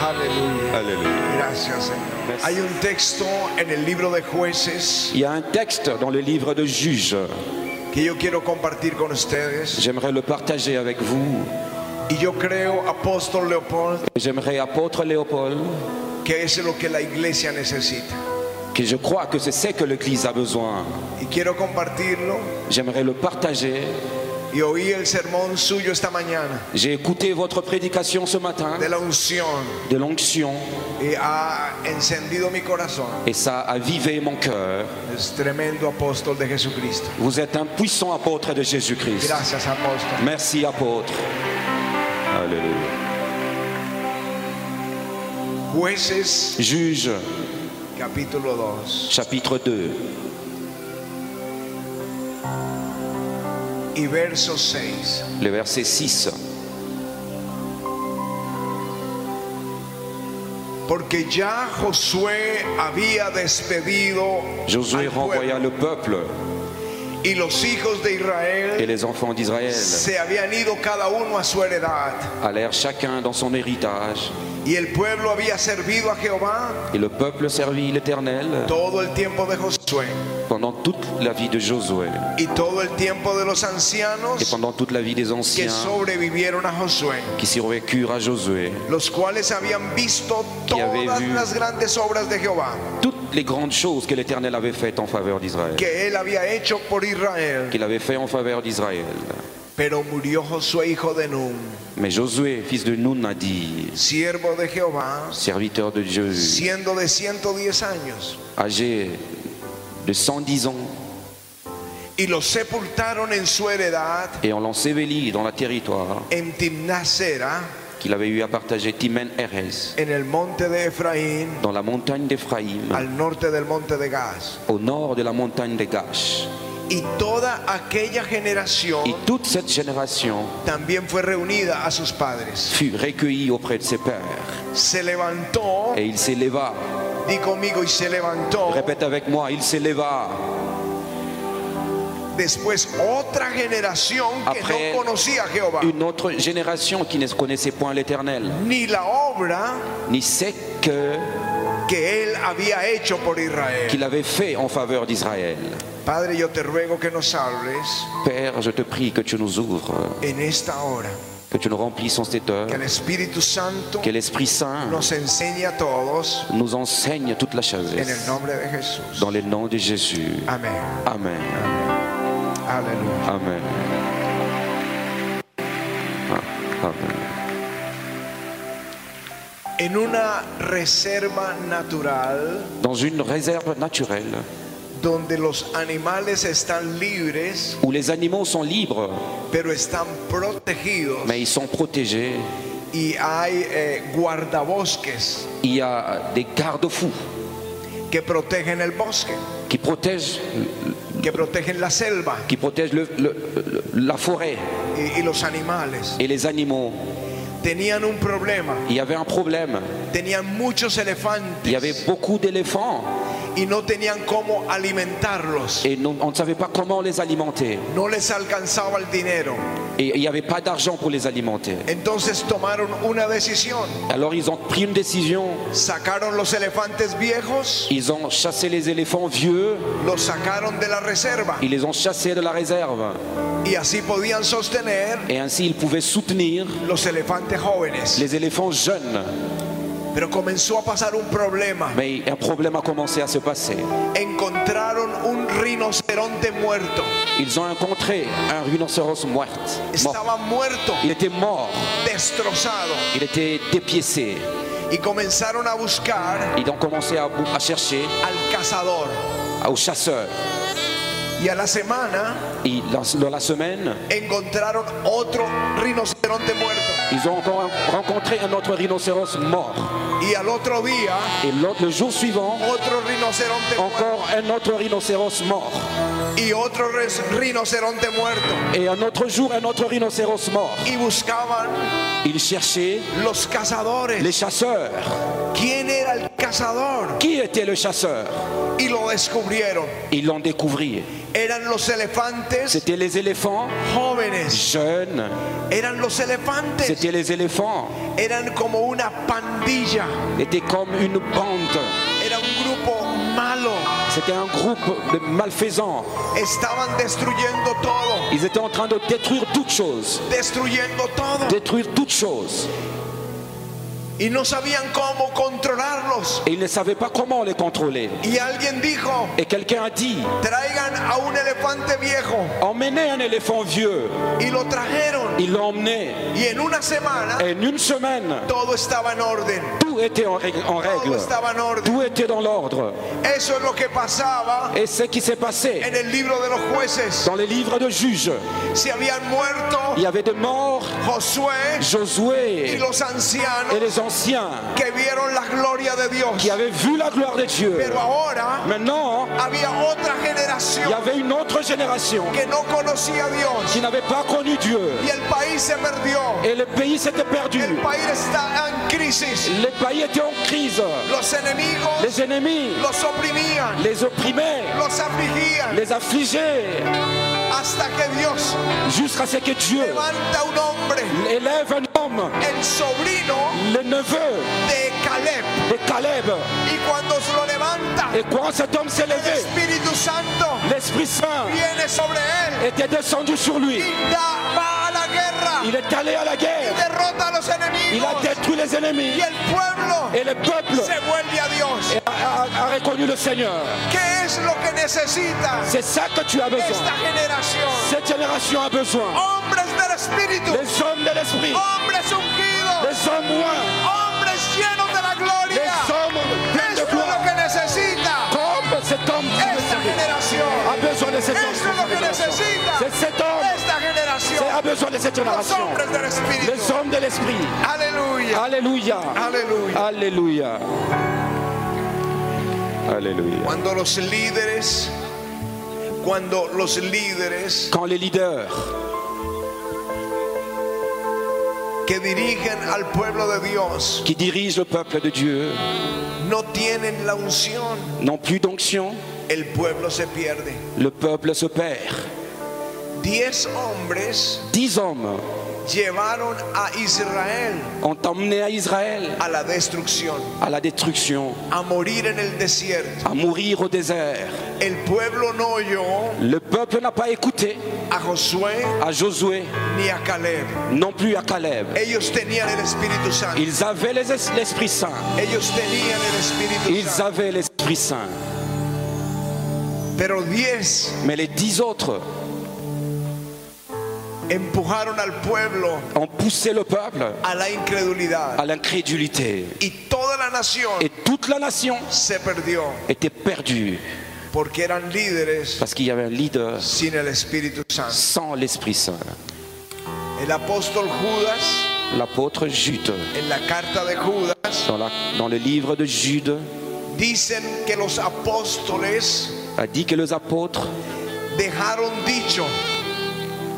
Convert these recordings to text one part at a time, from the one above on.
Aleluya. Alléluia. Gracias, Señor. Merci. Hay un texto en el libro de jueces Il y a un texte dans le livre de Juges. que yo quiero compartir con ustedes. J'aimerais le partager avec vous. Y yo creo, apóstol Leopoldo, J'aimerais, apôtre Léopold, que es lo que la iglesia necesita. que je crois que c'est ce que l'Église a besoin. Y quiero compartirlo. J'aimerais le partager. Y oí el sermón suyo esta mañana J'ai écouté votre prédication ce matin de la unción de l'onction y ha encendido mi corazón. et ça a vivé mon cœur. Es tremendo apóstol de Jesucristo. Vous êtes un puissant apôtre de Jésus-Christ. Gracias, apóstol. Merci apôtre. Alléluia. Jueces, Juge capítulo 2 chapitre 2 y verso 6. le verset 6. Porque ya Josué había despedido Josué al pueblo, renvoya le peuple y los hijos de et Israel les enfants d'Israël se habían ido cada uno a su heredad. allèrent chacun dans son héritage Y el pueblo había servido a Jehová et le peuple servit l'Éternel todo el tiempo de Josué pendant toute la vie de Josué y todo el tiempo de los et ancianos pendant toute la vie des que anciens sobrevivieron a Josué, qui survécurent à Josué. los cuales habían visto Que había todas vu- las grandes obras de Jehová Toutes les grandes choses que l'Éternel avait faites en faveur d'Israël, que él había hecho por Israel. qu'il avait fait en faveur d'Israël. Pero murió Josué, hijo de Nun, Mais Josué, fils de Nun, a dit, siervo de Jehová, serviteur de Dieu, siendo de 110 años. âgé de 110 ans, y los sepultaron en su heredad et on l'enseveli dans la territoire en Timnacera, qu'il avait eu à partager Timen Eres, en el monte de Efraín, dans la montagne d'Éphraïm, al norte del monte de Gaz. au nord de la montagne de Gash. Y toda aquella Et generación toute cette génération también fue reunida a sus padres. fut recueillie auprès de ses pères, Se levantó, et il s'éleva. di conmigo, y se levantó Répète avec moi, il s'éleva. después otra generación que Après- no conocía a Jehová, Une autre génération qui ne connaissait point l'Éternel, ni la obra ni sait que que él había hecho por Israel. qu'il avait fait en faveur d'Israël. Padre, yo te ruego que nos hables Père, je te prie que tu nous ouvres, en esta hora, que tu nous remplisses en cette heure, que el Espíritu Santo que l'Esprit Saint nos enseña a todos nous enseigne toute la en el sagesse. nombre de Jesús. Dans le nom de Jésus. Amén. Amen. Aleluya. Amen. Ah, Amen. En una reserva natural Dans une réserve naturelle donde los animales están libres, où les animaux sont libres, pero están protegidos mais ils sont protégés, y hay eh, guardabosques il y a des garde-fous que protegen el bosque, qui protègent, que protegen la selva qui protègent le- le- le- la forêt y, y los animales. et les animaux. Tenían un problema, Il y avait un problème. tenían muchos Il y avait elefantes beaucoup d'éléphants y no tenían cómo alimentarlos. et non- on ne savait pas comment les alimenter. No les alcanzaba el dinero. Et il n'y avait pas d'argent pour les alimenter. Entonces tomaron una decisión. Alors ils ont pris une décision. Sacaron los elefantes viejos, Ils ont chassé les éléphants vieux, los sacaron de la reserva ils les ont chassés de la réserve. y así podían sostener Et ainsi ils pouvaient soutenir los elefantes jóvenes. les éléphants jeunes. Pero comenzó a pasar un problema. Mais un problème a commencé à se passer. Encontraron un rinoceronte muerto. Ils ont encontré un rhinocéros muert. mort. Estaba muerto, Il était mort, destrozado. il était dépiécé. Y comenzaron a buscar Ils ont commencé à, bou- à chercher al cazador. à- aux chasseurs. Y a la semana Et dans- dans la semaine, encontraron otro rinoceronte muerto. Ils ont encore rencontré un autre rhinocéros mort. Y al otro día, Et l'autre- le jour suivant, otro rinoceronte muerto. encore un autre rhinocéros mort. Y otro res- rinoceronte muerto. Et un autre jour, un autre rhinocéros mort. y buscaban Il cherchait los cazadores. les chasseurs. ¿Quién era el cazador? Qui était le chasseur Y lo descubrieron. Ils l'ont découvert. Eran los elefantes C'était les éléphants jóvenes. jeunes. Eran los elefantes. C'était les éléphants. Eran como una pandilla. C'était comme une bande. Era un grupo malo. C'était un groupe de malfaisants. Estaban destruyendo todo. Ils étaient en train de détruire toutes choses. Destruyendo todo. Détruire toutes choses. Y no sabían cómo controlarlos. Et ils ne savaient pas comment les contrôler. Y alguien dijo, Et quelqu'un a dit, traigan a un elefante viejo. emmenez un éléphant vieux. Y lo trajeron. Ils l'ont emmené. Y en una semana Et en une semaine, todo estaba en orden. tout était en règle. en Todo règle. estaba en orden. Tout était dans l'ordre. Eso es lo que pasaba Et ce qui s'est passé en el libro de los jueces. dans les livres de juges, Se habían muerto il y avait des morts, Josué y Josué los ancianos et les anciens que vieron la gloria de Dios. qui avaient vu la gloire de Dieu. Pero ahora Maintenant, había otra il y generación avait une autre génération que no conocía a Dios qui n'avait pas connu Dieu. y el país se perdió. Et le pays s'était perdu. El país está en crisis. Les pays étaient en crise. Los enemigos Les ennemis los oprimían, les opprimaient, los afligían les affligeaient, hasta que Dios jusqu'à ce que Dieu levanta un hombre, élève un homme, el sobrino le neveu de Caleb. de Caleb. Y cuando se lo levanta, Et quand cet homme s'est el levé, Espíritu Santo l'Esprit Saint viene sobre él était descendu sur lui. y da, va a la guerra Il est allé à la y guerre. derrota a los Il a enemigos. détruit les Y ennemis. el pueblo Et le peuple se vuelve a Dios. a, a- a reconnu le Seigneur. ¿Qué es lo que necesita C'est ça que tu as esta besoin. generación? Cette génération a besoin. Hombres del Espíritu, Les hommes de l'esprit, hombres ungidos, les hommes loin, hombres llenos de la les gloria. hommes pleins Eso de es lo gloire. que necesita Comme cet homme qui veut esta servir. a generación. besoin de cet homme. Eso es lo que necesita C'est cet homme esta qui a generación. besoin de cette Los génération. hombres del Les Espíritu. hommes de l'esprit. Aleluya. Alléluia. Aleluya. Alléluia. Alléluia. Cuando los líderes, cuando los líderes Quand les leaders que dirigen al pueblo de Dios qui dirigent le peuple de Dieu no tienen la unción, n'ont plus d'onction, el pueblo se pierde. le peuple se perd. Diez hombres Dix hommes llevaron a Israel ont emmené à Israël a la destrucción, à la destruction, a morir en el desierto. à mourir au désert. El pueblo no oyó Le peuple n'a pas écouté a Josué à Josué, ni a Caleb. non plus à Caleb. Ellos tenían el Espíritu Santo. Ils avaient les es- l'Esprit Saint. Ellos tenían el Espíritu Ils Santo. avaient l'Esprit Saint. Pero diez Mais les dix autres empujaron al pueblo ont poussé le peuple a la incredulidad. à l'incrédulité. Y toda la nación Et toute la nation se perdió était perdue porque eran líderes parce qu'il y avait un leader sin el Espíritu Santo. sans l'Esprit Saint. El apóstol Judas, L'apôtre Jude, en la carta de Judas, dans, la- dans le livre de Jude, dicen que los apóstoles a dit que les apôtres, dejaron dicho,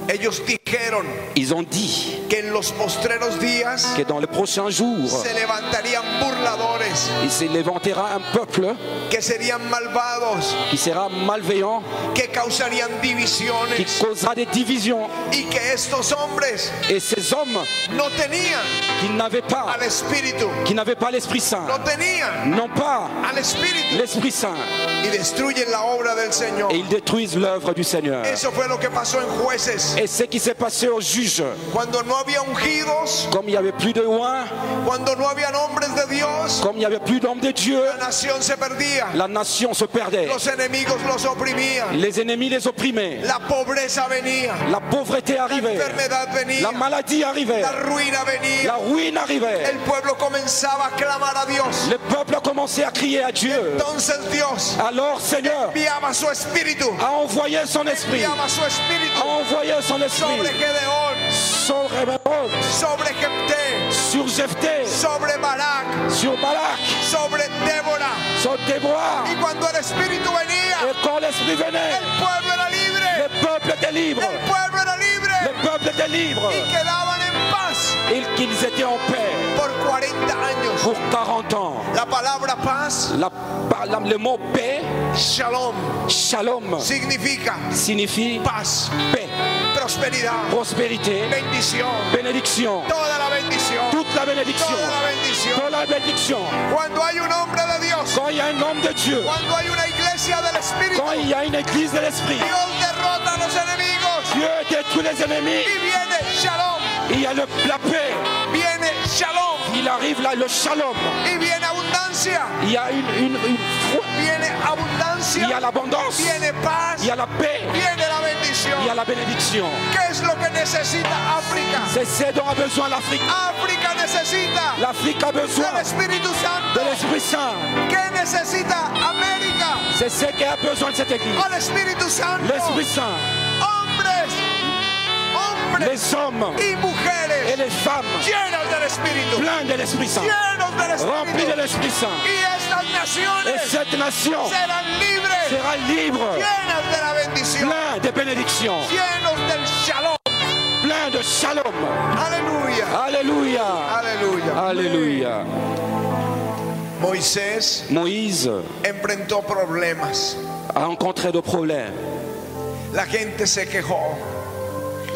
ellos dijeron ils ont dit que en los postreros días que dans le prochain jour, se levantarían burladores, il se levantera un peuple que serían malvados, qui sera malveillant, que causarían qui divisiones causera des divisions. y que estos hombres Et ces hommes no tenían qui n'avaient pas, al Espíritu, qui n'avaient pas l'Esprit Saint, no tenían n'ont pas al Espíritu l'Esprit Saint y destruyen la obra del Señor. et ils détruisent l'œuvre du Seigneur. Eso fue lo que pasó en jueces. Et ce qui s'est passé aux juges, Cuando no había ungidos, comme il n'y avait plus de loin, cuando no habían hombres de Dios, comme il n'y avait plus d'hommes de Dieu, la nación se perdía. la nation se perdait. Los enemigos los oprimían. Les ennemis les opprimaient. La pobreza venía. La pauvreté La arrivait. enfermedad venía. La maladie arrivait. La ruina venía. La ruine arrivait. El pueblo comenzaba a clamar a Dios. Le peuple a commencé à crier à Dieu. Entonces Dios Alors Seigneur enviaba su espíritu. a envoyé son esprit. Enviaba su espíritu A envoyé son sobre esprit Gedeón, sur Réveillon, sobre Jepté, sur sur Jephthé, sobre Barak, sur Balak, sobre Débora. sur Déborah. Y cuando el Espíritu venía, Et quand l'esprit venait, el pueblo era libre. le peuple était libre. El pueblo era libre. Le peuple était libre. Y quedaban en paz Et qu'ils étaient en paix por 40 años. pour 40 ans. La palabra paz, La- la- le mot paix, shalom, shalom, significa signifie paz, paix, prosperidad, prospérité, bendición, bénédiction. toda la bendición, Toute la bénédiction. toda la bendición. Toute la bénédiction. Cuando hay un hombre de Dios, Quand il y a un homme de Dieu, cuando hay una iglesia del Espíritu, quand il y a une église de l'esprit, Dios derrota a los enemigos Dieu détruit les ennemis. y viene shalom, Il y a le, la paix. viene shalom Il arrive là, le shalom. y viene abundancia, Il y a une, une, une foi. viene Il y a abundancia, l'abondance. viene paz, Il y a la paix. viene la Il y bendición. a la bénédiction. ¿Qué es lo que necesita África? C'est ce dont a besoin l'Afrique. África necesita L'Afrique a besoin del Espíritu Santo. de l'Esprit Saint. ¿Qué necesita América? C'est ce qui a besoin de cette église. Al Espíritu Santo. L'Esprit Saint, Hombres, hombres les hommes y et mujeres les femmes llenos del Espíritu. pleins de l'Esprit Saint, Llenos del remplis Espíritu. de l'Esprit Saint. Y estas Et naciones cette nation serán libres, sera libre, llenas de la bendición, plein de bénédictions, llenos del shalom. plein de shalom. Aleluya. Alléluia. Aleluya. Alléluia. Moisés Moïse enfrentó problemas. a rencontré des problèmes. La gente se quejó.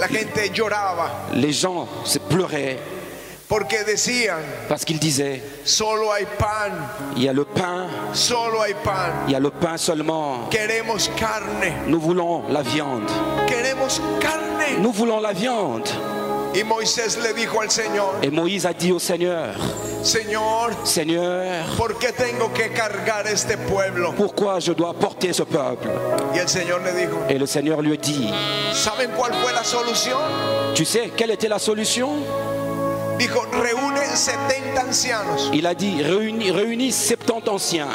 La gente lloraba Les gens se pleuraient porque decían, parce qu'ils disaient, solo hay pan, il y a le pain, solo hay pan. il y a le pain seulement. Queremos carne, Nous voulons la viande. queremos carne. Nous voulons la viande. Y Moisés le dijo al Señor, Et Moïse a dit au Seigneur, Señor, Seigneur, ¿por qué tengo que cargar este pueblo? pourquoi je dois porter ce peuple Y el Señor le dijo, Et le Seigneur lui dit, ¿saben cuál fue la solución? tu sais quelle était la solution Dijo, reúne 70 ancianos Il a dit, réunis, réunis 70 anciens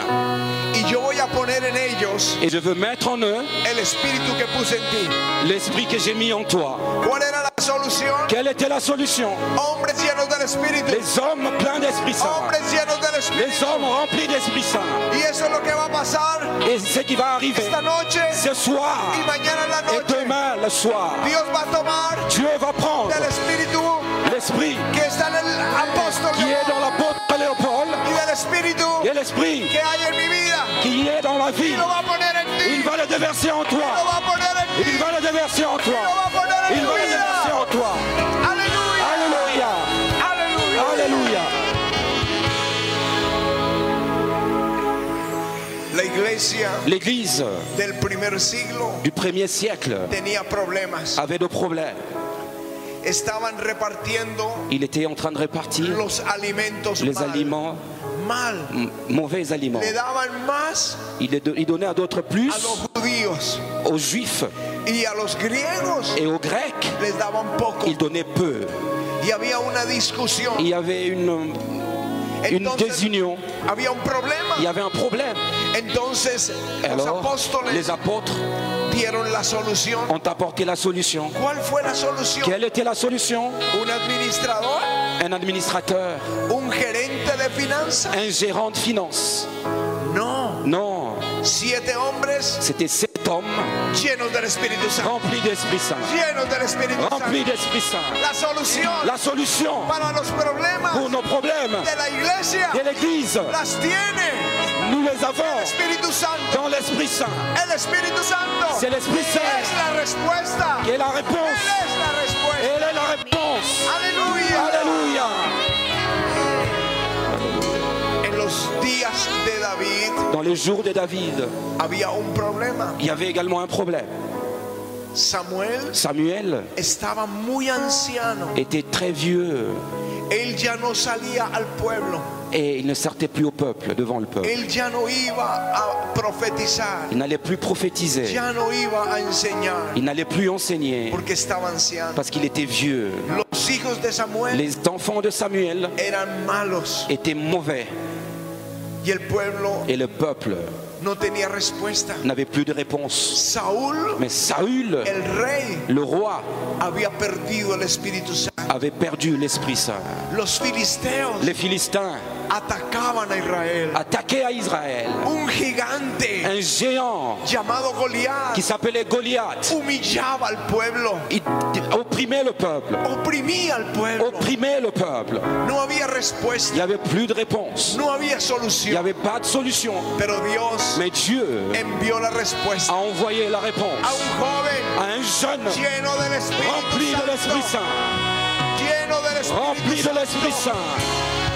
y yo voy a poner en ellos et je veux mettre en eux el espíritu que puse en ti. l'esprit que j'ai mis en toi. ¿Cuál era la solución? Quelle était la solution Hombres llenos del espíritu, Les hommes pleins d'Esprit Saint. hombres llenos del espíritu. Les hommes remplis d'Esprit Saint. Y eso es lo que va a pasar Et c'est ce qui va arriver esta noche. ce soir Y mañana en la et noche demain le soir. Dios va a tomar Dieu va prendre del espíritu l'esprit que está en el apóstol qui est dans León l'apôtre Léopold y del espíritu et l'esprit que hay en mi vida. qui est dans la Y vie. lo va a poner en Il ti. va le déverser en Lo toi. va a poner en Il ti. va le déverser en toi. Il va le déverser en toi. Aleluya. Alléluia. Aleluya. Alléluia. La iglesia L'église del primer siglo du premier siècle tenía problemas. avait des problèmes. Estaban repartiendo Il était en train de répartir los alimentos les mal. aliments, mal. m- mauvais aliments. Le daban más Il, les don- il donnait à d'autres plus, a los judíos aux juifs y a los griegos et aux grecs. les daban poco. Il donnait peu. Y había una discusión. Il y avait une, une Entonces désunion. había un Il y problema. avait un problème. Entonces los Alors, apóstoles les apôtres dieron la solución. ont apporté la solution. ¿Cuál fue la solución? Quelle était la solution Un administrador, Un administrateur, un gerente de finanzas. un gérant de finances. No, Non, siete hombres c'était cet homme llenos del Espíritu Santo. rempli d'Esprit Saint. Llenos del Espíritu Rempli Santo. d'Esprit Saint. La solución La solution para los pour problemas nos problèmes de la iglesia de l'Église, las tiene nous les avons el Espíritu Santo. dans l'Esprit Saint. El Espíritu Santo C'est l'Esprit es Saint la respuesta. qui est la Él réponse. es la respuesta. Elle est la réponse. Aleluya. Alléluia. En los días de David Dans les jours de David, había un problema. il y avait également un problème. Samuel Samuel estaba muy anciano. était très vieux Él ya no salía al pueblo. et il ne sortait plus au peuple, devant le peuple. Él ya no iba a profetizar. Il n'allait plus prophétiser. Ya no iba a enseñar Il n'allait plus enseigner porque estaba anciano. parce qu'il était vieux. Los hijos de Samuel Les enfants de Samuel eran malos étaient mauvais y el pueblo et le peuple no tenía respuesta. n'avait plus de réponse. Saúl, Mais Saül, el rey, le roi, había perdido el Espíritu Santo. avait perdu l'Esprit Saint. Los filisteos Les Philistins atacaban a Israel. attaquaient à Israël Un gigante un géant llamado Goliat qui s'appelait Goliath. humillaba al pueblo, Il opprimait le peuple, oprimía al pueblo. opprimait le peuple. No había Il respuesta, n'y avait plus de réponse, no había il n'y solución. avait pas de solution. Pero Dios Mais Dieu envió la a respuesta envoyé la a un réponse joven à un jeune lleno del rempli de l'Esprit Espíritu Santo. Saint, lleno del rempli Espíritu de l'Esprit Santo,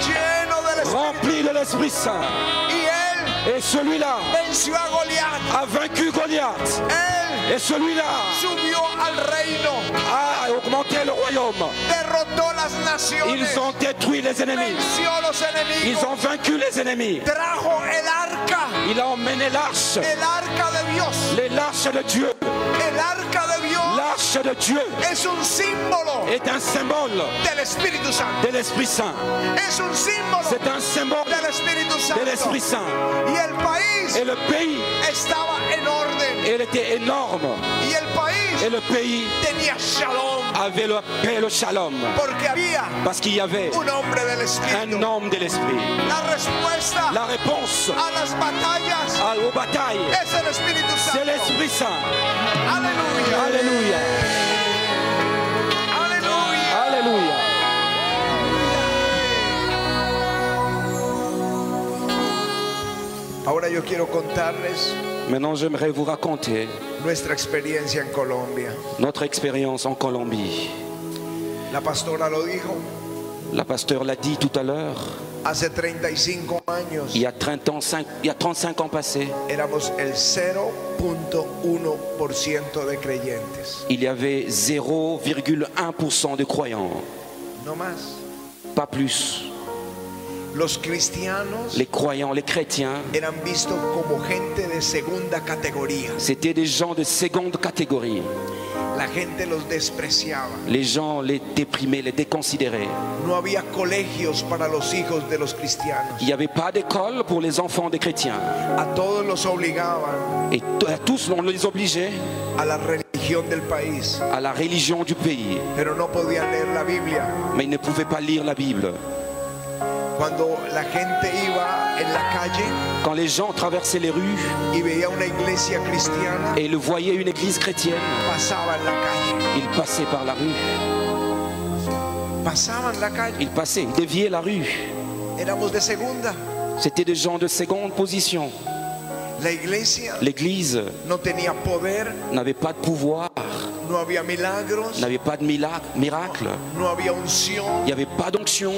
Saint, lleno del Espíritu rempli de l'Esprit Saint. y él Et celui-là venció a Goliat, a vaincu Goliath. él Et celui-là subió al reino, a augmenté le royaume. derrotó las naciones, Ils ont détruit les ennemis. venció a los Ils enemigos, ont vaincu les ennemis. trajo el arca, Il a emmené l'arche, el arca de Dios, les l'arche de Dieu. el arca de Dios L'arche de Dieu es un símbolo est un symbole del Espíritu Santo, de l'Esprit Saint. es un símbolo C'est un symbole del Espíritu de Santo l'Esprit Saint. y el país Et le pays, estaba en orden il était énorme. y el país Et le pays tenía shalom. avait la paix, le shalom. Porque había Parce qu'il y avait un hombre del un Espíritu. homme de l'Esprit. Ah, La respuesta La réponse a las batallas à- aux batailles, es el Espíritu c'est Santo. l'Esprit Saint. Aleluya. Alléluia. Aleluya. Alléluia. Ahora yo quiero contarles Maintenant, j'aimerais vous raconter nuestra experiencia en Colombia. notre expérience en Colombie. La pastora lo dijo La pasteur l'a dit tout à l'heure, hace 35 años. il y a 30 ans, cinq- il y a 35 ans passés, Éramos el 0.1% de creyentes. il y avait 0,1% de croyants, No más. pas plus. Los cristianos Les croyants, les chrétiens, eran vistos como gente de segunda categoría. c'était des gens de seconde catégorie. La gente los despreciaba. Les gens les déprimaient, les déconsidéraient. No había colegios para los hijos de los cristianos. Il n'y avait pas d'école pour les enfants des chrétiens. A todos los obligaban Et t- à tous, on les obligeait a la religión del país, à la religion du pays. pero no podían leer la Biblia. Mais ils ne pouvaient pas lire la Bible. Cuando la gente iba en la calle Quand les gens traversaient les rues y veía una iglesia cristiana, et le voyaient une église chrétienne, pasaban la calle, ils passaient par la rue. pasaban la calle. Ils passaient, ils déviaient la rue. Éramos de segunda. C'était des gens de seconde position. La iglesia L'église no tenía poder, n'avait pas de pouvoir, no había milagros, n'avait pas de mila- miracle, no había il unción, n'y avait pas d'onction,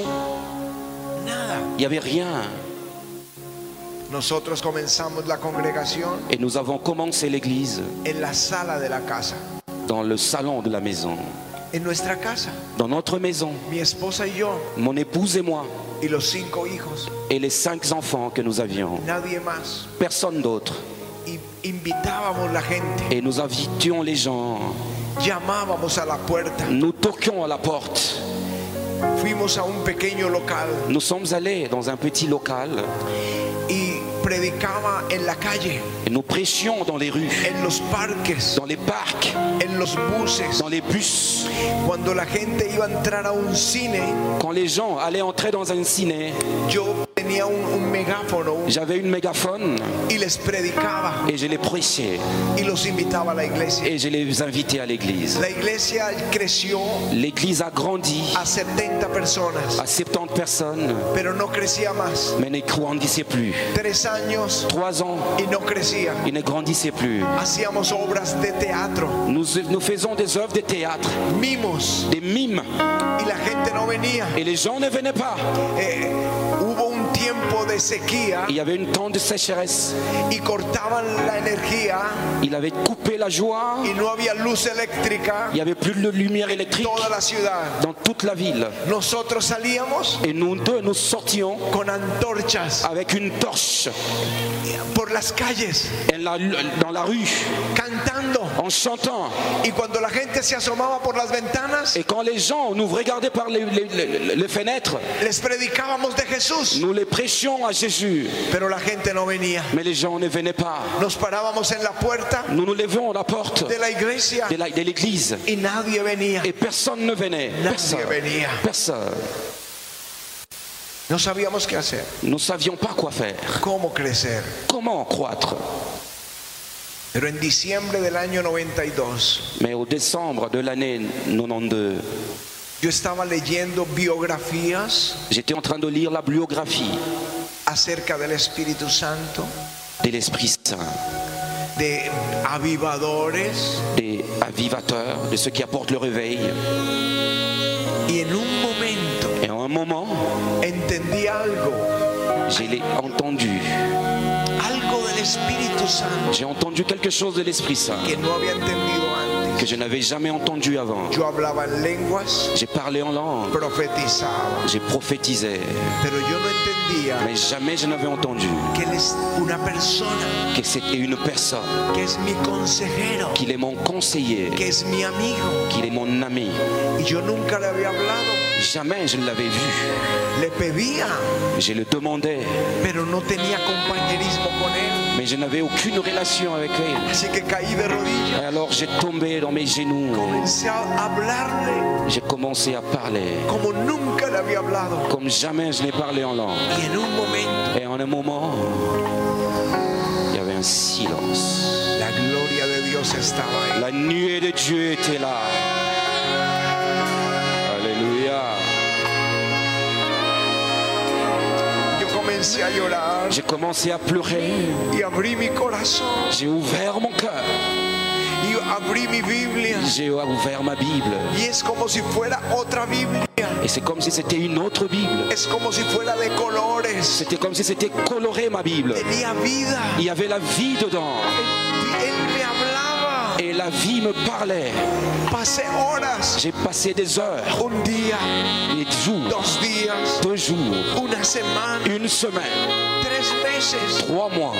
nada. il n'y avait rien. Nosotros comenzamos la congregación Et nous avons commencé l'église en la sala de la casa, dans le salon de la maison, en nuestra casa, dans notre maison, mi esposa y yo mon épouse et moi, y los cinco hijos, et les cinq enfants que nous avions, nadie más. personne d'autre. Y invitábamos la gente, Et nous invitions les gens, llamábamos a la puerta, nous toquions à la porte. fuimos a un pequeño local Nous sommes allés dans un petit local y predicaba en la calle, et nous prêchions dans les rues, en los parques, dans les parcs, en los buses. dans les bus. Cuando la gente iba a entrar a un cine, Quand les gens allaient entrer dans un ciné, yo tenía un, un megáfono un- j'avais une mégaphone y les predicaba et je les prêchais y los invitaba a la iglesia. et je les invitais à l'église. La iglesia creció L'église a grandi a 70 personas. à 70 personnes, pero no crecía más. mais ne grandissait plus. Tres años Trois ans, y no crecía. il ne grandissait plus. Hacíamos obras de teatro, Nous, nous faisons des œuvres de théâtre, mimos, des mimes, y la gente no venía. et les gens ne venaient pas. Eh, hubo un tiempo de sequía Il y avait une tente de sécheresse. y cortaban la energía Il avait coupé la joie. y no había luz eléctrica Il n'y avait plus de lumière en électrique toda la ciudad. dans toute la ville. Nosotros salíamos Et nous deux, nous sortions con antorchas avec une torche por las calles et la- dans la rue, cantando en chantant. y cuando la gente se asomaba por las ventanas Et quand les gens nous regardaient par les, les- les- les fenêtres, les predicábamos de Jesús nous les prêchions à Jésus, pero la gente no venía. mais les gens ne venaient pas. Nos parábamos en la puerta Nous nous levons à la porte de la iglesia de la- de l'église y nadie venía. et personne ne venait. Personne. venía. Personne. No sabíamos qué hacer, Nous savions pas quoi faire. cómo crecer. Comment croître Pero en diciembre del año 92 Mais au décembre de l'année 92, yo estaba leyendo biografías j'étais en train de lire la biographie acerca del Espíritu Santo, de l'Esprit Saint, de avivadores, des avivateurs, de ceux qui apportent le réveil. y en un momento Et à un moment, entendí algo, j'ai l'ai entendu. algo del Espíritu Santo J'ai entendu quelque chose de l'Esprit Saint que no había entendido que antes. je n'avais jamais entendu avant. Yo hablaba en lenguas, J'ai parlé en langue, profetizaba, j'ai prophétisé, pero yo no entendía mais jamais je n'avais entendu que él es una persona, que c'était une personne, que es mi consejero, qu'il est mon conseiller, que es mi amigo. qu'il est mon ami. Y yo nunca le había hablado. Jamais je ne l'avais vu. Le pedía, Je le demandais, pero no tenía compañerismo con él. mais je n'avais aucune relation avec elle. Así que caí de rodillas. Et alors j'ai tombé dans mes genoux. Comencé a hablarle J'ai commencé à parler como nunca le había hablado. comme jamais je n'ai parlé en langue. Y en un momento Et en un moment, il y avait un silence. la gloria de Dios estaba ahí. La nuée de Dieu était là. Alléluia. Yo comencé a llorar J'ai commencé à pleurer. y abrí mi corazón J'ai ouvert mon cœur. y abrí mi Biblia. J'ai ouvert ma Bible. Y es como si fuera otra Biblia. Et c'est comme si c'était une autre Bible. Es como si fuera de colores. C'était comme si c'était coloré ma Bible. Tenía vida. Il y avait la vie dedans. Y él me hablaba. Et la vie me parlait. Pasé horas. J'ai passé des heures, Un día, des jours, dos días, deux jours, una semana, une semaine, tres meses. trois mois.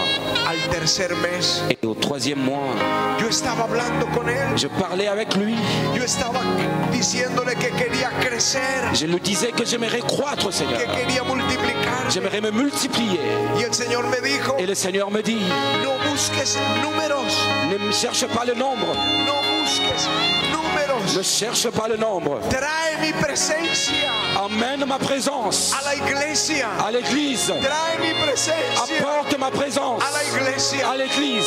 Al tercer mes, Et au troisième mois, yo estaba hablando con él. je parlais avec lui. Yo estaba diciéndole que quería crecer, Je lui disais que j'aimerais croître, Seigneur. que quería multiplicarse. J'aimerais me multiplier. Y el Señor me dijo, Et le Seigneur me dit, no busques números, ne me cherche pas le nombre. no busques Ne números. cherche pas le nombre. Trae mi presencia Amène ma présence a la iglesia. à l'église. Trae mi presencia Apporte ma présence a la iglesia. à l'église.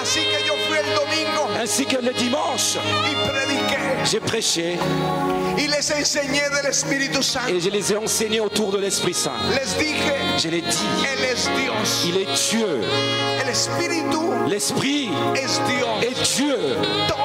Así que yo fui el domingo Ainsi que le dimanche, y prediqué j'ai prêché y les enseñé del Espíritu Santo. et je les ai enseignés autour de l'Esprit Saint. Les dije, Je l'ai dit, Él es Dios. il est Dieu. El Espíritu L'Esprit es Dios est Dieu,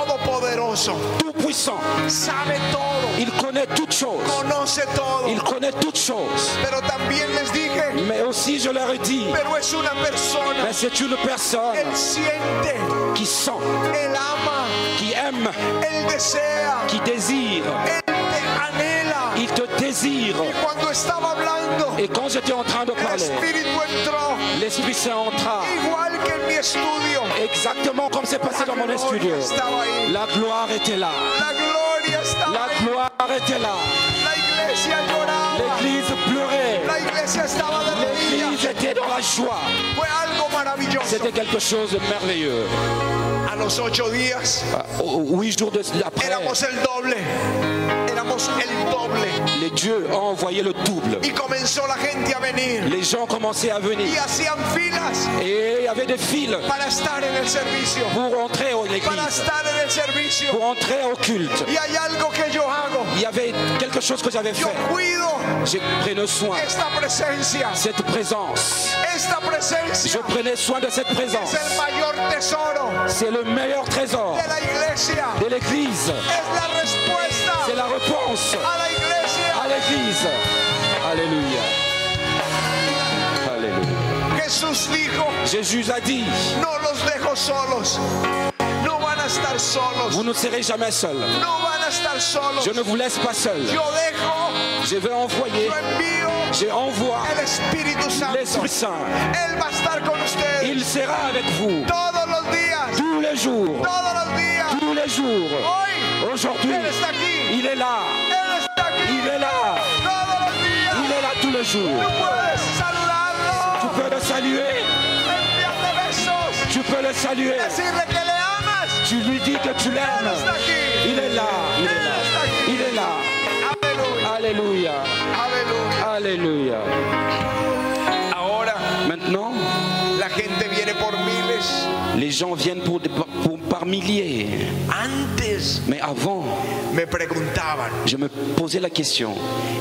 todopoderoso. tout-puissant. Sabe todo, Il connaît toutes choses. conoce todo. Il connaît toutes choses. Pero también les dije, Mais aussi, je leur ai dit, pero es una persona. mais c'est une personne Él siente, qui sent, él ama, qui aime, él desea, qui désire. él te anhela. Il te désire. Y cuando estaba hablando, Et quand j'étais en train de el parler, Espíritu entró, l'Esprit Saint entra. igual que en mi estudio. Exactement comme c'est passé dans mon La studio. gloria estaba ahí. La gloire était là. La gloria estaba La ahí. gloire était là. La iglesia lloraba. L'église pleurait. La iglesia estaba de L'église rodillas. était dans la joie. Fue algo maravilloso. C'était quelque chose de merveilleux. A los ocho días Ah, au- Huit jours de- après, éramos el doble. Éramos el doble. les dieux ont envoyé le double. Y comenzó la gente a venir. Les gens commençaient à Y venir. hacían filas Et il y avait des files para estar en el servicio. pour entrer en Para église, estar en el servicio. pour entrer au culte. Y hay algo que yo hago. Il y avait quelque chose que j'avais Yo fait. cuido Je prenais soin de esta presencia. cette présence. Esta Je presencia prenais soin de cette es présence. el mayor tesoro C'est le meilleur trésor de la iglesia. de l'église. Es la respuesta C'est la réponse a la à iglesia. l'église. Alléluia. Alléluia. Jesús dijo, Jésus a dit, no los dejo solos. No van a estar solos. vous ne serez jamais seul. No van a estar solos. Je ne vous laisse pas seul. Yo dejo, Je vais envoyer, yo envío je envoie el Espíritu Santo. l'Esprit Saint. Él va a estar con ustedes Il sera avec vous todos los días. tous les jours, Todos los días. tous les jours. Hoy, Aujourd'hui, Él está aquí. il est là, Él está aquí. il est là, Todos los il días. est là tous les jours. Tú puedes Tu saludarlo. Tu peux le saluer. Decirle que le amas. Tu lui dis que tu l'aimes. Él está aquí. Il est là. Il est là. Il est là. Aleluya. Alléluia. Alléluia. Aleluya. Ahora Maintenant, la gente viene por miles. Les gens viennent pour, des- pour- par milliers. Antes Mais avant, me preguntaban, je me posais la question,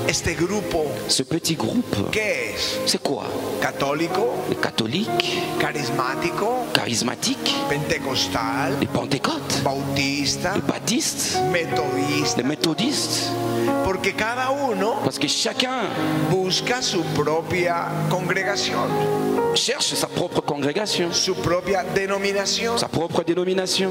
¿este grupo ce petit groupe, qué es? c'est quoi ¿Católico? Les catholiques, ¿Carismático? charismatiques, ¿Pentecostal? les pentecôtes, ¿Bautista? les baptistes, les ¿Metodista? méthodistes. Porque cada uno Parce que chacun busca su propia congregación, cherche sa propre congrégation, su propia denominación. sa propre dénomination.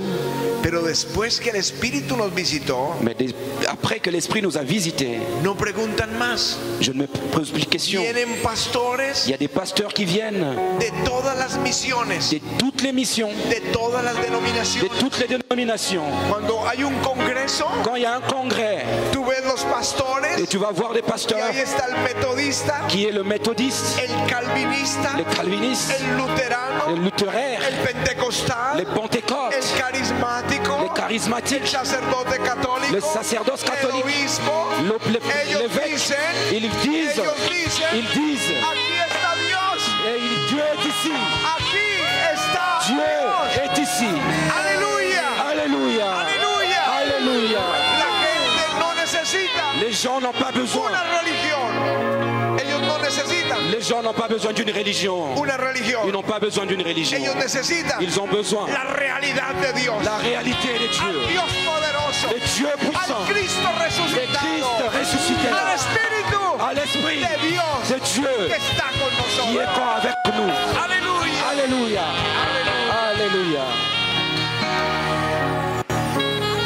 Pero después que el Espíritu nos visitó, Mais des- après que l'Esprit nous a visités, no preguntan más. je ne me pose plus de questions. Tienen Il y pastores a des pasteurs qui viennent de todas las misiones, de toutes les missions, de todas las de denominaciones. toutes les dénominations. Cuando hay un congreso, Quand il y a un congrès tú ves los et pastores tu vas voir des y pasteurs ahí está el metodista, qui est le méthodiste, el calvinista, le calviniste, el le luterano, luthéraire, el les pentecostal, el pentecôtes, les carismático, el charismatiques, sacerdote católico, le sacerdoce el catholique, obispo. le- le- Ellos l'évêque. dicen, Ils disent, ellos dicen, ils disent, aquí está Dios. et il- Dieu est ici, Aquí está Dieu Dios. est ici. Aleluya. Alléluia, Aleluya. Alléluia. La gente no necesita Les gens n'ont pas besoin, una religión. Ellos no necesitan les gens n'ont pas besoin d'une religion. una Ils religión. n'ont pas besoin d'une religion. Ellos necesitan Ils ont besoin la realidad de Dios. la réalité des dieux, Al Dios poderoso. des dieux puissants, Al Cristo des Christ resucitado. ressuscité, Al Espíritu à l'esprit de Dios de que Dieu está con qui est nosotros. pas avec nous. Aleluya. Alléluia, Alléluia.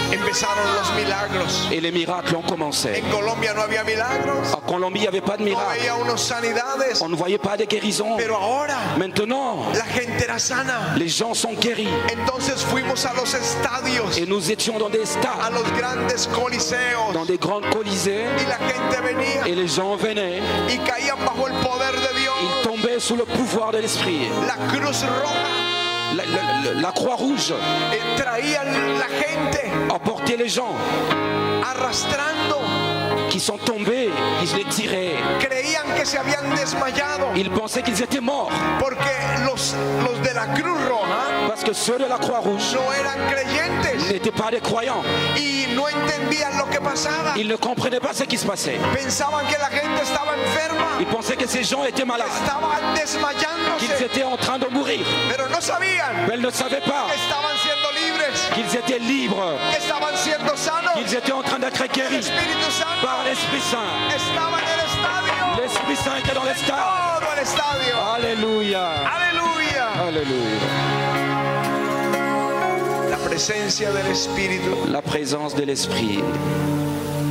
Empezaron los milagros. Et les miracles ont commencé. En Colombia no había milagros. En Colombie, il n'y avait pas de No miracle. veía unos sanidades. On ne voyait pas de guérison. Pero ahora Maintenant, la gente era sana. les gens sont guéris. Entonces fuimos a los estadios, Et nous étions dans des a stades, los grandes coliseos. dans des grandes colisées. Y la gente venía Et les gens venaient. y caían bajo el poder de Dios. Ils tombaient sous le pouvoir de l'esprit. La cruz roja La, la- la- la croix rouge eh, traían la gente emportait les gens arrastrando. qui sont tombés. Ils les tiraient. Creían que se habían desmayado Ils pensaient qu'ils étaient morts. porque los, los de la cruz roja Parce que ceux de la croix rouge no eran creyentes n'étaient pas des croyants. y no entendían lo que pasaba. Ils ne comprenaient pas ce qui se passait. Pensaban que la gente estaba enferma. Ils pensaient que ces gens étaient malades. Estaban desmayándose, Qu'ils étaient en train de mourir. pero no sabían Mais ils ne savaient pas que estaban siendo libres, qu'ils étaient libres. que estaban siendo sanos. Qu'ils étaient en train d'être El guéris Espíritu Santo par l'Esprit Saint. estaba en el estadio, L'Esprit Saint était dans les en stades. todo el estadio. Alléluia. Aleluya. Alléluia. La presencia del Espíritu La présence de l'Esprit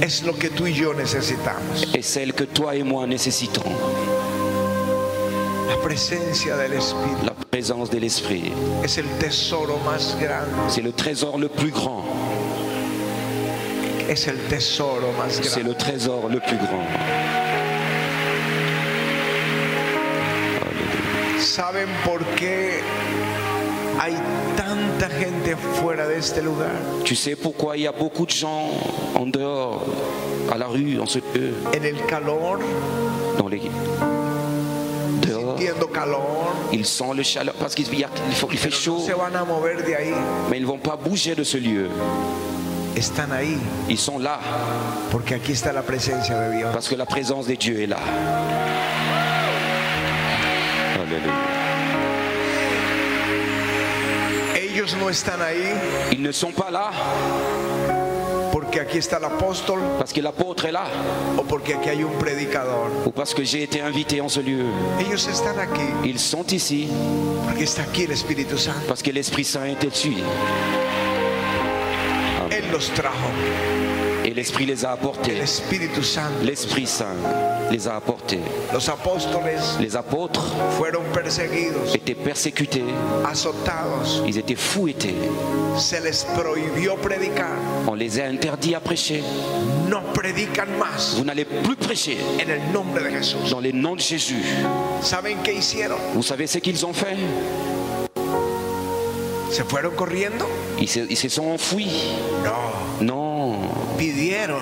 es lo que tú y yo necesitamos. est celle que toi et moi nécessitons. La presencia del Espíritu La présence de l'Esprit, es el tesoro más grande, c'est le trésor le plus grand. es el tesoro más C'est grande. le trésor le plus grand. ¿Saben por qué hay tanta gente fuera de este lugar? Tu sais pourquoi il y a beaucoup de gens en dehors, à la rue, en ce lieu, En el calor, dans les dehors. sintiendo calor, Ils sentent le chaleur parce qu'il y a- il faut- il fait pero no chaud, se van a mover de ahí. mais ils ne vont pas bouger de ce lieu. Están ahí Ils sont là porque aquí está la presencia de Dios. parce que la présence de Dieu est là. Alléluia. Ellos no están ahí Ils ne sont pas là porque aquí está el apóstol parce que l'apôtre est là o porque aquí hay un predicador. ou parce que j'ai été invité en ce lieu. Ellos están aquí Ils sont ici porque está aquí el Espíritu Santo. parce que l'Esprit Saint était dessus Él los trajo. et l'Esprit les a El apportés. Espíritu Santo. L'Esprit Saint les a apportés. Los apóstoles Les apôtres fueron perseguidos, étaient persécutés, azotados. ils étaient fouettés. Se les prohibió predicar. On les a interdits à prêcher. No predican más Vous n'allez plus prêcher en el nombre de Jesús. dans les noms de Jésus. ¿Saben qué hicieron? Vous savez ce qu'ils ont fait ¿Se fueron corriendo? Ils se, ils se sont enfuis. No. Non, Pidieron.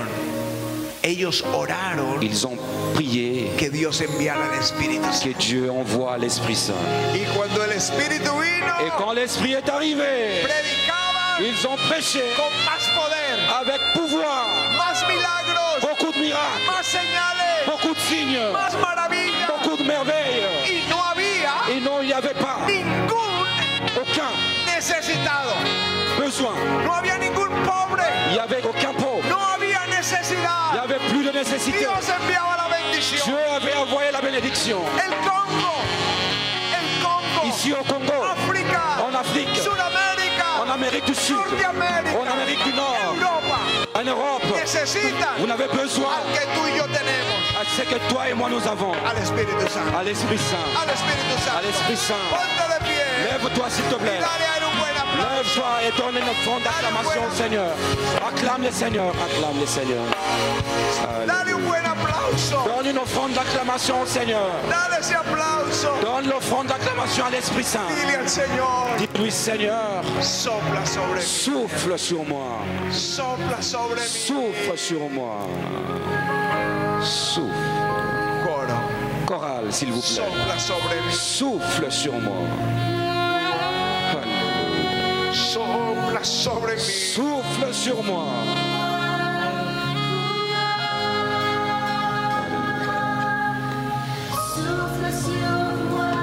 Ellos oraron ils ont prié que Dios enviara al Espíritu Santo. que Dieu envoie l'Esprit Saint. Y cuando el Espíritu Et vino, quand l'Esprit est arrivé, predicaban ils ont prêché con más poder, avec pouvoir. más milagros, Beaucoup de miracles, más señales, beaucoup de signes, más maravillas. beaucoup de merveilles. Y no había Et non, il n'y avait pas ningún aucun necesitado. besoin. No había ningún pobre. Il n'y avait aucun pauvre. No había Il n'y necesidad. avait plus de nécessité. Dios enviaba la bendición. Dieu avait envoyé la bénédiction. El Congo, el Ici Congo, au Congo, África, en Afrique, en Sudamérica, Amérique du Sud, en Amérique du Norteamérica, Nord, Europa, en Europe, vous necesitan n'avez besoin al que tú y yo tenemos, à ce que toi et moi nous avons, al Espíritu Santo, à l'Esprit Saint. al Espíritu Al Santo. Esprit Saint. Ponte de pie Lève-toi s'il te y plaît. dale a él un buen aplauso. Lève-toi et donne une offrande d'acclamation au Seigneur. Acclame le Seigneur, acclame le Seigneur. Dale un buen aplauso. Donne une offrande d'acclamation au Seigneur. Dale ese aplauso. Donne l'offrande d'acclamation à l'Esprit Saint. Dile al Señor, Dis-lui Seigneur, sopla sobre mí, souffle sur moi. sopla sobre mí. Souffle sur moi. Souffle. Coro, Chorale, s'il vous plaît. sopla sobre mí, Souffle sur moi. Alléluia. sopla sobre mí. Souffle sur moi. Souffle sur moi,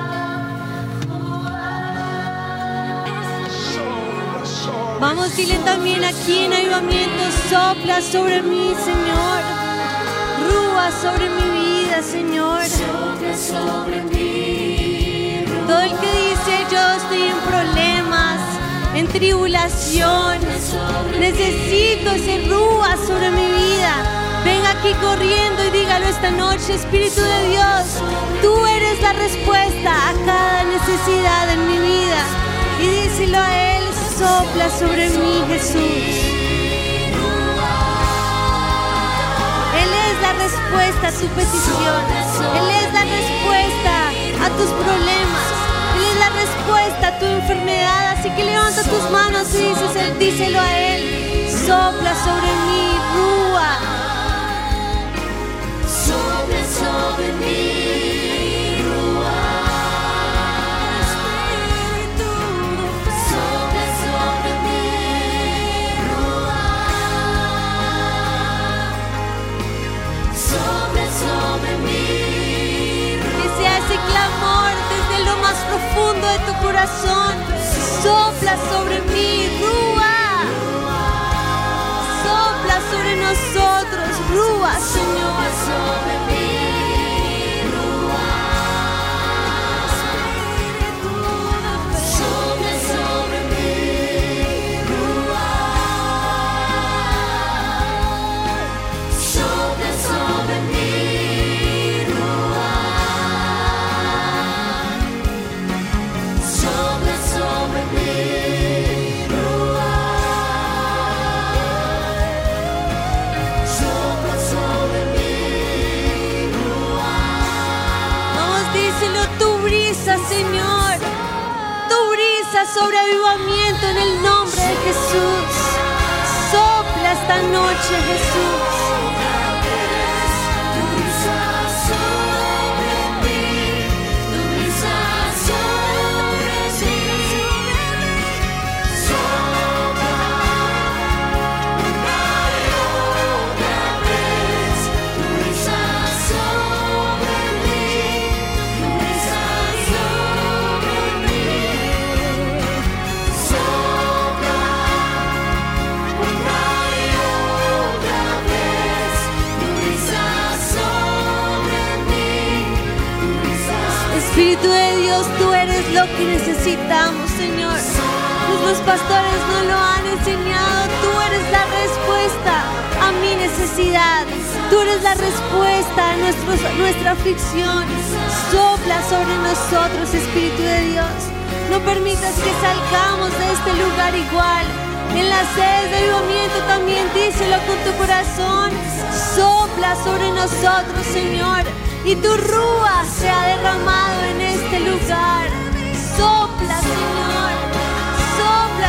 Sopla sobre mí. Vamos, dile también aquí en avivamiento, sopla sobre mí, Señor. Rúa sobre mi vida, Señor. souffle sobre mí, Todo el que dice yo estoy en problemas, en tribulación, necesito ese rúa sobre mi vida. Venga aquí corriendo y dígalo esta noche, Espíritu de Dios. Tú eres la respuesta a cada necesidad en mi vida. Y díselo a Él, sopla sobre mí, Jesús. Él es la respuesta a tu petición. Él es la respuesta a tus problemas. Él es la respuesta a tu enfermedad. Así que levanta tus manos y dices, Él- díselo a Él. Sopla sobre mí, rúa. souffle sobre mí, Ruach, Espíritu de fe, souffle sobre mí, Ruach, souffle sobre mí, Que sea ese clamor desde lo más profundo de tu corazón. Sopla sobre mí, rúa. Sopla sobre nosotros, rúa, Señor. souffle sobre mí, Ruach, Espíritu de fe, souffle sobre mí, Ruach, souffle sobre mí, Ruach, souffle sobre mí, Ruach. Sopla sobre mí, Vamos, díselo, tu brisa, Señor. Tu brisa sobre avivamiento en el nombre de Jesús. Sopla esta noche, Jesús. otra vez, tu brisa sobre mí, tu brisa sobre mí, sopla una y otra vez, tu brisa sobre mí, tu brisa sobre mí, sopla. Una y otra vez, tu brisa sobre mí, tu brisa Espíritu de Dios, tú eres lo que necesitamos, Señor. Nuestros pastores nos lo han enseñado. Tú eres la respuesta a mi necesidad. Tú eres la respuesta a nuestros- nuestra aflicción. Sopla sobre nosotros, Espíritu de Dios. No permitas que salgamos de este lugar igual. En las sedes de avivamiento también díselo con tu corazón. Sopla sobre nosotros, Señor y tu rúa se ha derramado en este lugar. Sopla, Señor, sopla.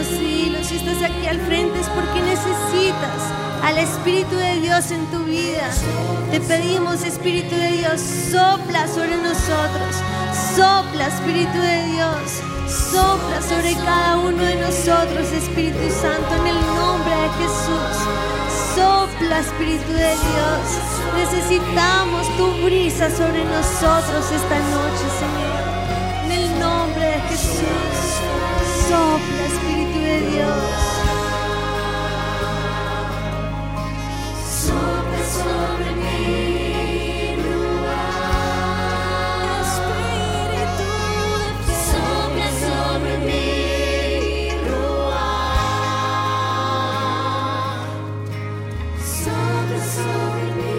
así, si estás aquí al frente, es porque necesitas al Espíritu de Dios en tu vida. Te pedimos, Espíritu de Dios, sopla sobre nosotros. Sopla, Espíritu de Dios. Sopla sobre cada uno de nosotros, Espíritu Santo, en el nombre de Jesús. Sopla, Espíritu de Dios. Necesitamos tu brisa sobre nosotros esta noche, Señor. En el nombre de Jesús. Sopla, Espíritu de Dios. Sopla sobre mi lugar, Espíritu de Sopla sobre mi lugar, Sopla sobre mi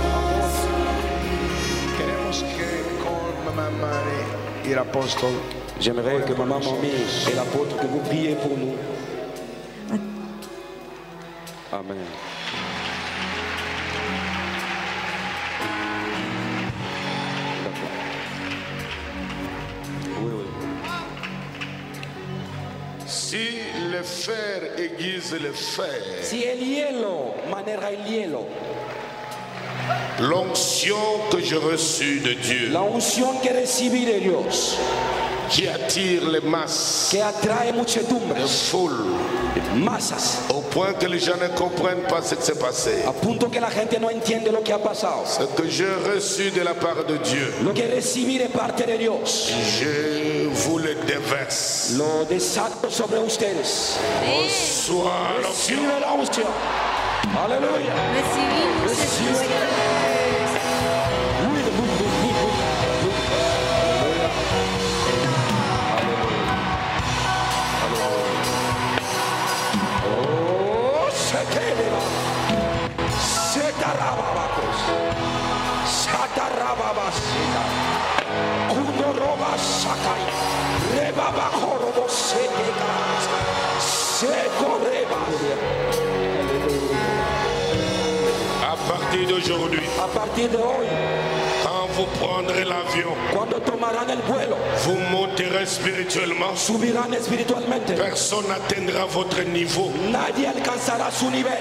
lugar, Queremos que con mamá Mari y el apóstol J'aimerais que maman Mamie et l'apôtre que vous priez pour nous. Amen. D'accord. Oui, oui. Si le fer aiguise le fer, Si el hielo manera el hielo, l'onction que je reçus de Dieu, la unción que recibí de Dios, qui attire les masses, que atrae muchedumbres, foule, masas, au point que les gens ne comprennent pas ce qui s'est passé. a punto que la gente no entiende lo que ha pasado. Ce que j'ai reçu de la part de Dieu, Lo que recibí de parte de Dios, je vous le déverse. lo desato sobre ustedes. Soit l'onction. Recibe la unción. Aleluya. Recibimos Sí. Espíritu de Dios. À partir d'aujourd'hui, A partir de hoy, quand vous prendrez l'avion, cuando tomarán el vuelo, vous monterez spirituellement. subirán espiritualmente. Personne n'atteindra votre niveau Nadie alcanzará su nivel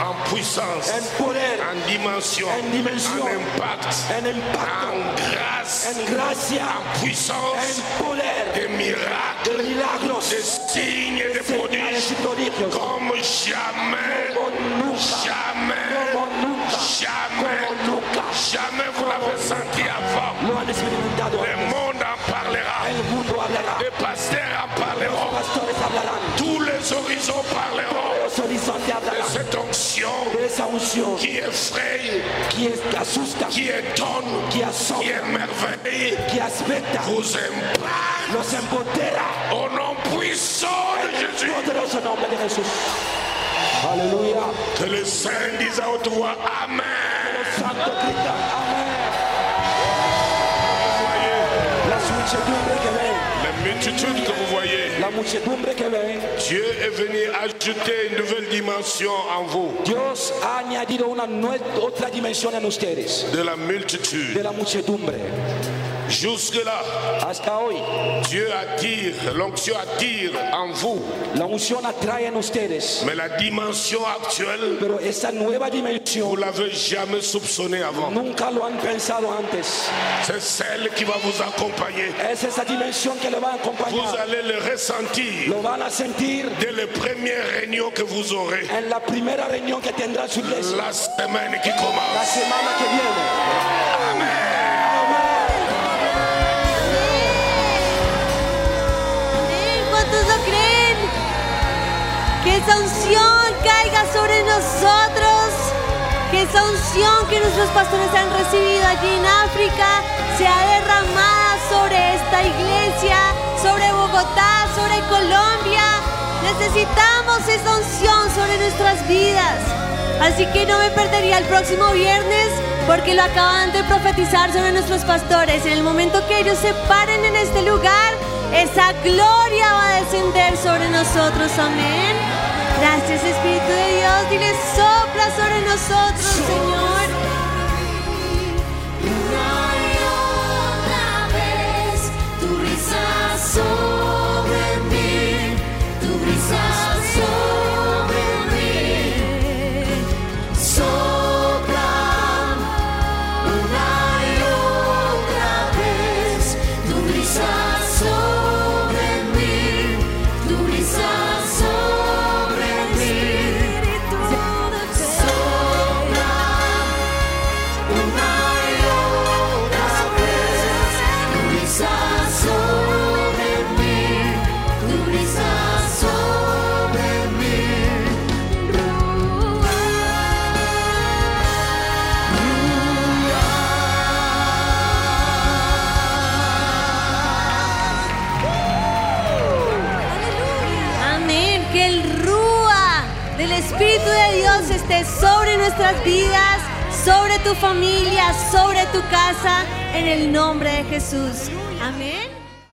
en puissance, en poder, en dimension, En dimension. en impact, en impacto, en grâce, en gracia, en puissance, en poder, des miracles, de milagros, des signes et des señales y prodiges prodigios. comme jamais, Como nunca, jamais, como nunca, jamais, como nunca jamais vous l'avez senti avant. lo han experimentado. Le antes. monde en parlera, El mundo hablará, les pasteurs en parleront, pastores hablarán, tous les horizons parleront los horizontes de hablarán. cette onction De esa unción qui effraie, que es- asusta, qui étonne, que asombra, qui émerveille, que aspecta, vous impacte los empodera. au nom puissant de Jésus. Poderoso nombre de Jesús. Aleluya. Que le Saint dise à haute voix Amen. Santo Cristo. Amén. Voyez, Las muchedumbres que ven, les multitudes que vous voyez, la muchedumbre que ven, Dieu est venu ajouter une nouvelle dimension en vous, Dios ha añadido una nue- otra dimensión en ustedes. de la De multitude. la muchedumbre. Jusque-là, Hasta hoy, Dieu attire, l'onction attire en vous, la unción atrae en ustedes. mais la dimension actuelle, Pero esa nueva vous dimensión l'avez jamais soupçonnée avant. nunca lo han pensado antes. C'est celle qui va vous accompagner. Es esa dimensión que le va a Vous acompañar. allez le ressentir Lo van a sentir dès les premières réunions que vous aurez en la primera reunión que tendrá su iglesia. la semaine qui La commence. semana que viene. Amén. ¿Cuántos lo creen? Que esa unción caiga sobre nosotros. Que esa unción que nuestros pastores han recibido allí en África sea derramada sobre esta iglesia, sobre Bogotá, sobre Colombia. Necesitamos esa unción sobre nuestras vidas. Así que no me perdería el próximo viernes porque lo acaban de profetizar sobre nuestros pastores. En el momento que ellos se paren en este lugar, esa gloria va a descender sobre nosotros. Amén. Gracias Espíritu de Dios. Dile, sopla sobre nosotros, Señor. una y otra que el Rúa del Espíritu de Dios esté sobre nuestras vidas, sobre tu familia, sobre tu casa, en el nombre de Jesús. Amén.